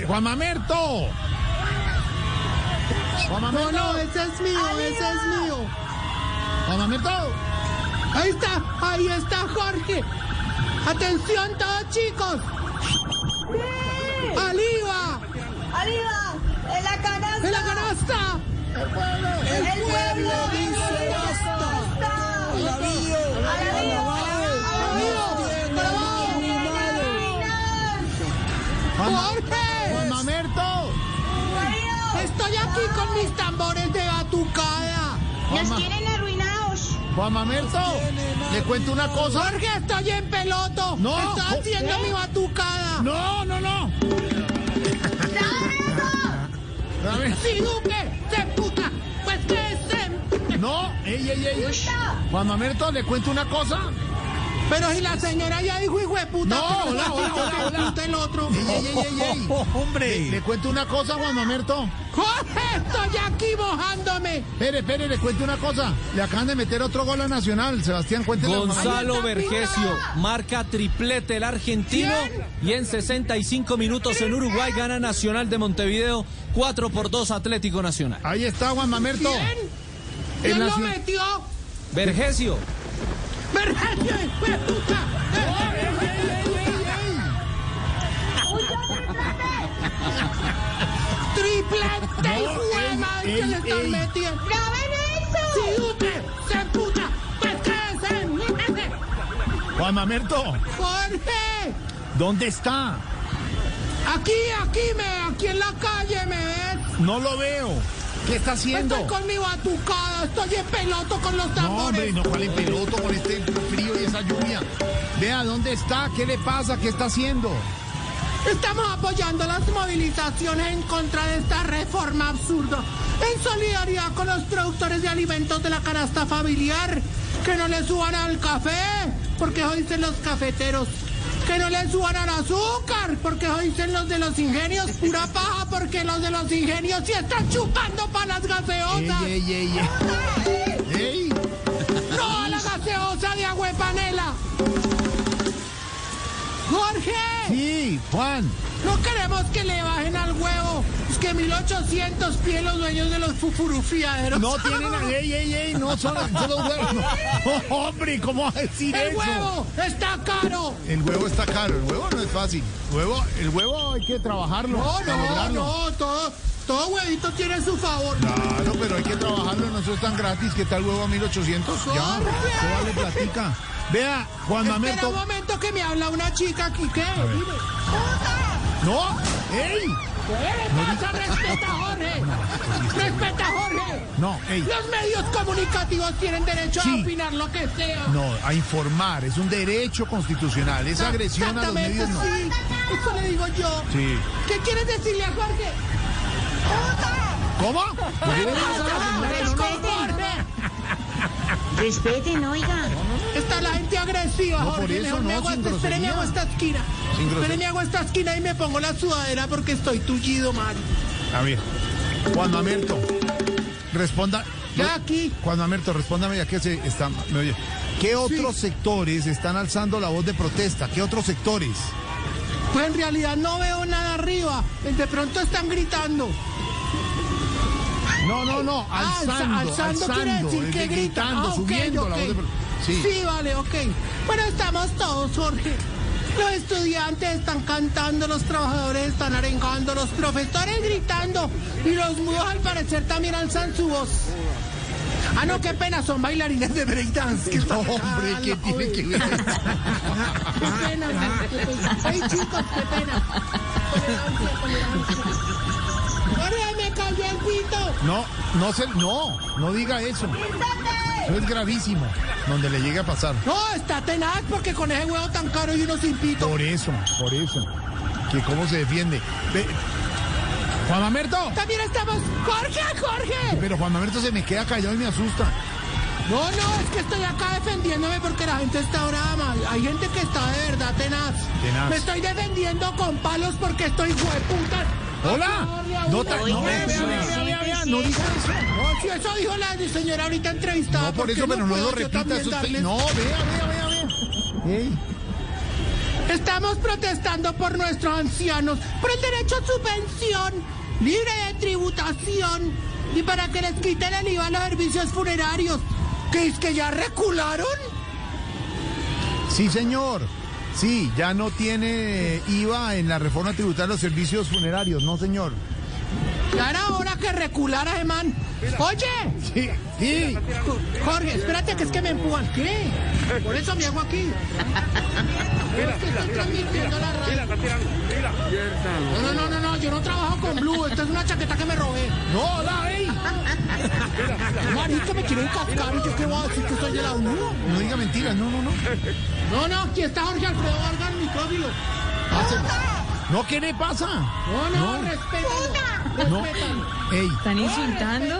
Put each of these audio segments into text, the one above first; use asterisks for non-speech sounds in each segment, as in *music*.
Juan Mamerto. Juan No, Mamerto. no, ese es mío, ese es mío. Juan Mamerto. Ahí está, ahí está Jorge. Atención todos chicos. ¡Aliva! ¡Arriba! ¡En la canasta! ¡En la canasta! ¡El pueblo dice basta! Juan, Juan ¡Jorge! Mamerto. Estoy aquí con mis tambores de batucada. Juan, Ma- ¡Nos quieren arruinados! Juan Mamerto. Le cuento una cosa. Jorge, estoy en peloto. No, jo- ¿Eh? Estoy haciendo mi batucada. No, no, no. A ver, Si Duque se puta, pues que se... No, ey, ey, ey. Juan Mamerto, le cuento una cosa. Pero si la señora ya dijo hijo de puta. No, pero hola, la hola, dijo hola, que hola. puta el otro. Ey, ey, ey, ey, ey. Le *laughs* hombre. cuento una cosa, Juan Mamerto. Jorge, estoy aquí mojándome. Espere, espere, le cuento una cosa. Le acaban de meter otro gol a Nacional. Sebastián, cuéntele. a Juan Gonzalo Ahí está, Vergesio marca triplete el argentino y en 65 minutos en Uruguay gana Nacional de Montevideo 4 por 2 Atlético Nacional. Mamerto. Ahí está Juan Mamerto. ¿Quién? En ¿Quién lo Nacional- metió? *laughs* Vergesio, Vergesio, hijo de puta. Triplete, hijo de ey, madre, que ey, le están ey. metiendo. ¡Graben eso! Si Duque se puta, pues que se... mute. Juan Mamerto, Jorge, ¿dónde está? aquí, aquí, me, aquí en la calle, ¿me ves? No lo veo. ¿Qué está haciendo? Pues Estoy con mi batucada, estoy en peloto con los No, tambores. hombre, no, ¿cuál en peloto con este frío y esa lluvia? Vea, ¿dónde está? ¿Qué le pasa? ¿Qué está haciendo? Estamos apoyando las movilizaciones en contra de esta reforma absurda, en solidaridad con los productores de alimentos de la canasta familiar, que no le suban al café, porque eso dicen los cafeteros, que no le suban al azúcar, porque eso dicen los de los ingenios, pura paja, porque los de los ingenios sí están chupando para las gaseosas, Ey, ey, ey, ey. Ey. no a la gaseosa de agua y panela. Jorge. Sí, Juan. No queremos que le bajen al huevo. Es que 1800 pies los dueños de los *laughs* fufurufiaderos. No *laughs* tienen a... Ey, ey, ey, no son, son los *laughs* huevos. No. Oh, hombre, ¿cómo va a decir El eso? huevo está caro. El huevo está caro, el huevo no es fácil. Huevo, el huevo hay que trabajarlo. No, para no, lograrlo. no, todo, todo huevito tiene su favor. Claro, pero hay que trabajarlo, no eso es tan gratis. ¿Qué tal huevo a 1800? Ya, ¡Corre! vale platica. Vea, Juan Espera un Mamerto. momento que me habla una chica aquí, ¿qué? Dime. No, ey, ¿Qué le pasa? Respeta a *laughs* Jorge. Respeta a Jorge. pues, no, ey. Los medios comunicativos tienen derecho a Sí. opinar lo que sea. No, a informar, es un derecho constitucional. Esa agresión a los medios no. Sí, eso le digo yo. Sí. ¿Qué quieres decirle a Jorge? ¿Cómo? ¿Por qué le vas a la señora? ¡Respeten! ¡Respeten, oiga! Está la gente agresiva, No, por Jorge. eso mejor me no, sin aguanto. Espere, me grosería. hago esta esquina. Sin grosería. Espere, me hago esta esquina y me pongo la sudadera porque estoy tullido mal. A ver, Juan Mamerto, responda. Ya aquí. Juan Mamerto, respóndame ya que se está, me oye. ¿Qué otros sectores están alzando la voz de protesta? ¿Qué otros sectores? Pues en realidad no veo nada arriba. Pues De pronto están gritando. No, no, no, Ah, alza- alzando, alzando, quiere decir es que de gritan. gritando, Ah, ok, subiendo la ok. voz de protesta. Sí. Sí, vale, ok. Bueno, estamos todos, Jorge. Los estudiantes están cantando, los trabajadores están arengando, los profesores gritando y los mudos al parecer también alzan su voz. Ah, no, qué pena, son bailarines de *laughs* breakdance. *laughs* Qué No, hombre, ¿qué fatal, tiene que ver? oye, Qué pena, qué pena. Ay, chicos, qué pena. Tolerancia, tolerancia. Jorge, me cayó el pito. No, no se, no, no diga *laughs* eso. Eso es gravísimo, donde le llegue a pasar. No, está tenaz porque con ese huevo tan caro y uno sin pito. Por eso, por eso. Que cómo se defiende. Ve- Juan Mamerto. También estamos. ¡Jorge, Jorge! Pero Juan Mamerto se me queda callado y me asusta. No, no, es que estoy acá defendiéndome porque la gente está brava. Hay gente que está de verdad tenaz. Tenaz. Me estoy defendiendo con palos porque estoy hueputa. Hola. No, ta- no, vea, vea, vea, vea, vea, no diga eso. No, si eso dijo la señora ahorita entrevistada. No, por qué eso, pero no lo puedo yo repita. también eso es fe- darles? No, vea, vea, vea, vea. Ey, Estamos protestando por nuestros ancianos, por el derecho a su pensión, libre de tributación y para que les quiten el IVA a los servicios funerarios. ¿Que es que ya recularon? Sí, señor. Sí, ya no tiene IVA en la reforma tributaria de los servicios funerarios, no, señor. Ya era hora que reculara, Germán. Oye, Sí, sí. Jo- Jorge, espérate que es que me empujan. ¿Qué? Por eso me hago aquí. Es que estoy transmitiendo la radio. No, no, no, no, yo no trabajo con Blue. Esta es una chaqueta que me robé. No, la ey. Marica, me quieren cascar y yo qué voy a decir que soy de la UNO. No diga mentiras, no, no, no. No, no, aquí está Jorge Alfredo Vargas en el micrófono. No, ¿qué le pasa? No, no, respétalo. No. respétalo. Ey, Están insultando.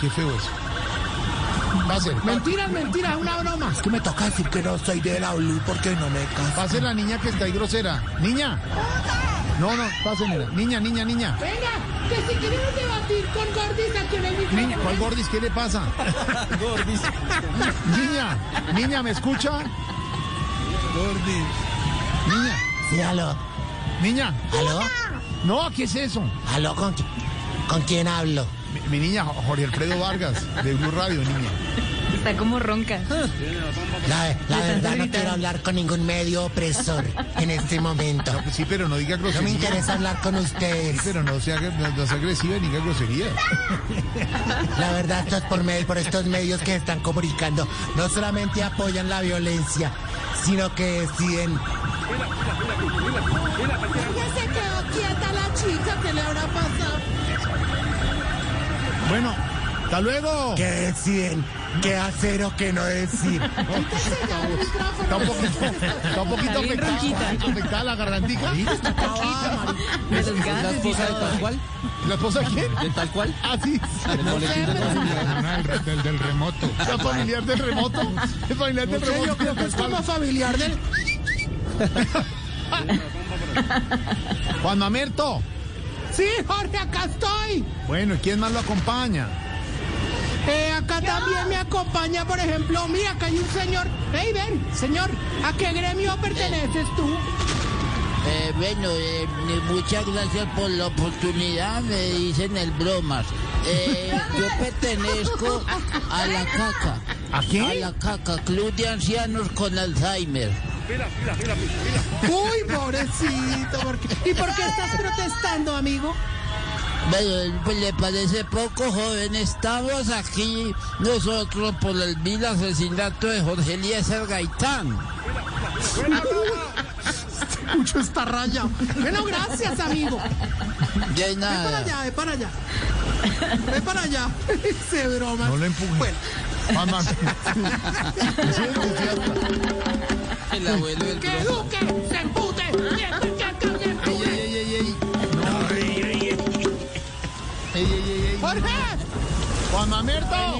qué feo eso. Pase, pa- Mentiras, mentiras, es una broma. que me toca decir que no soy de la Blue porque no me canso. pase la niña que está ahí grosera. Niña. No, no, pásenla. Niña, niña, niña. Venga, que si queremos debatir con Gordis aquí en el micrófono. Niña, ¿cuál gordis? ¿Qué le pasa? Gordis. Niña, niña, ¿me escucha? Gordis. Niña, Sí, aló, niña. aló, No, ¿qué es eso? aló, ¿con, qui- ¿con quién hablo? Mi, mi niña, Jorge Alfredo Vargas, de Blue Radio, niña. Está como ronca. La, la tanto verdad no gritar. quiero hablar con ningún medio opresor en este momento. Pues Sí, pero no diga No me grosería. interesa hablar con Sí, ustedes. pero no sea, no, no sea agresiva ni diga grosería. La verdad, estos por, medio, por estos medios que están comunicando no solamente apoyan la violencia, sino que deciden Ya se quedó quieta la chica, ¿qué le habrá pasado? Bueno, hasta luego. que deciden qué hacer o qué no decir. Quítese ya el micrófono. Está un poquito, está un poquito Está bien afectada, ronquita. afectada la gargantica. De los La gatos y esposa de todo. tal cual. ¿La esposa de quién? De tal cual. Ah, sí. del boletín de tal cual. El del, remoto. ¿La familiar del remoto? ¿El familiar del remoto? Yo creo que es como familiar del... Juan Mamerto. Sí, Jorge, acá estoy. Bueno, ¿y quién más lo acompaña? Eh, acá también me acompaña, por ejemplo, mira, acá hay un señor. Hey, ven, señor, ¿a qué gremio perteneces tú? Eh, bueno, eh, muchas gracias por la oportunidad, me dicen el bromas. Eh, yo pertenezco a la caca. ¿A quién? A la caca, Club de Ancianos con Alzheimer. Uy, pobrecito. ¿por qué- ¿Y por qué estás protestando, amigo? Bueno, pues le parece poco, joven. Estamos aquí nosotros por el vil asesinato de Jorge Eliezer Gaitán. Mucho está rayado. Bueno, gracias, amigo. De Ve para nada. allá, ve para allá. Ve para allá. *laughs* Se broma. No lo empuje. Bueno, Juan Mamerto. Sí, entusiasta. El abuelo del que Bromas. eduque, se empute. y escuche, que se Ey, empute. ey, ey, ey. Ey, ey, ey, ey. Jorge, Juan Mamerto.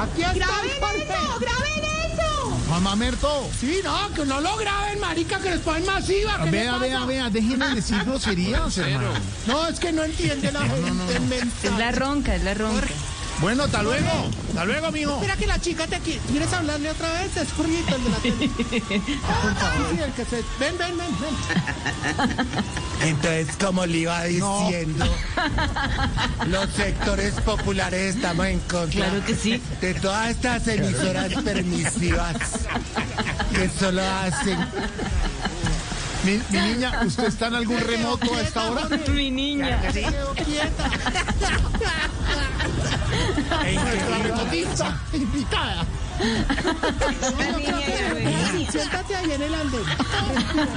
aquí está el ¡Graben Jorge. eso! ¡Graben eso! Juan Mamerto. Sí, no, que no lo graben, marica, que les ponen más IVA. ¿qué le Vea, pasa? vea, vea. Déjenme decir groserías, hermano. No, es que *laughs* no entiende la gente mental. Es la ronca, es la ronca. Bueno, hasta luego. Hasta luego, mijo. Mira que la chica te quiere. ¿Quieres hablarle otra vez? Es Jorgito, el de la tele. Por favor. Sí, sí, el que se... Ven, ven, ven, ven. Entonces, como le iba diciendo, los sectores populares estamos en contra Claro que sí. de todas estas emisoras permisivas que solo hacen. Mi, mi niña, ¿usted está en algún remoto a esta hora? Mi niña. Quedo quieta. La remotista *laughs* invitada. Sí, Siéntate ahí en el andén.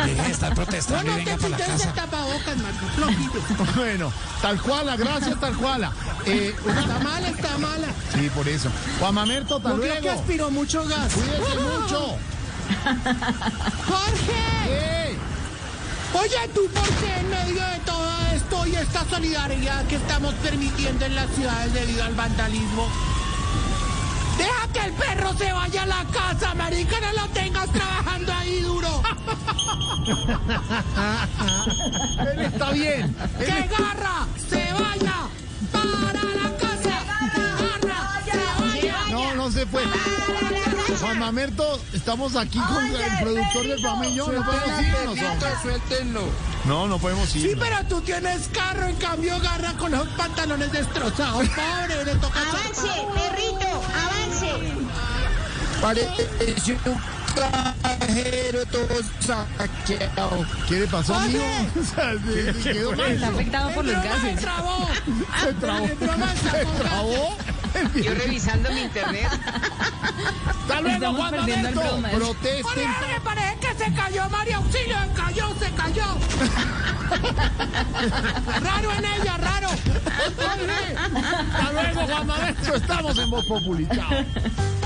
Dejen de estar No, protestando no te quites el tapabocas, Marco. Flojito. Bueno, tal cuala, gracias, tal cuala. Eh, Está mala, está mala. sí, por eso. Juan Mamerto, hasta Yo creo que luego. aspiró mucho gas. Cuídese mucho. Eh, Jorge, ¡Ey! oye, ¿tú por qué en medio de todo esto y esta solidaridad que estamos permitiendo en las ciudades debido al vandalismo? Deja que el perro se vaya a la casa, marica, no lo tengas trabajando ahí duro. Él está bien. ¡Que garra! ¡Se vaya! ¡Para la casa! ¡Garra! ¡Se vaya! No, no se fue. ¡Para la casa! Juan Mamerto, estamos aquí con Oye, el productor del Pedrito, Flamello. No podemos irnos. hombre. No, no podemos irnos. Sí, pero tú tienes carro, en cambio garra con los pantalones destrozados. Pobre, le toca Avance, zarpar. perrito, avance. Parece eh, un cajero todo saqueado. ¿Qué le pasó, Oye. amigo? *laughs* O sea, se- se quedó mal. Está afectado por El los broma se gases. *laughs* trabó. Se trabó. El broma se Se trabó. trabó. Yo revisando mi internet. Hasta luego, Estamos Juan perdiendo el Mamerto. broma. Protesten. Hola, me parece que se cayó María Auxilio, se cayó, se *laughs* cayó. raro en ella, raro. Hasta luego, Juan Mamerto. Estamos en Voz Populi. Chao.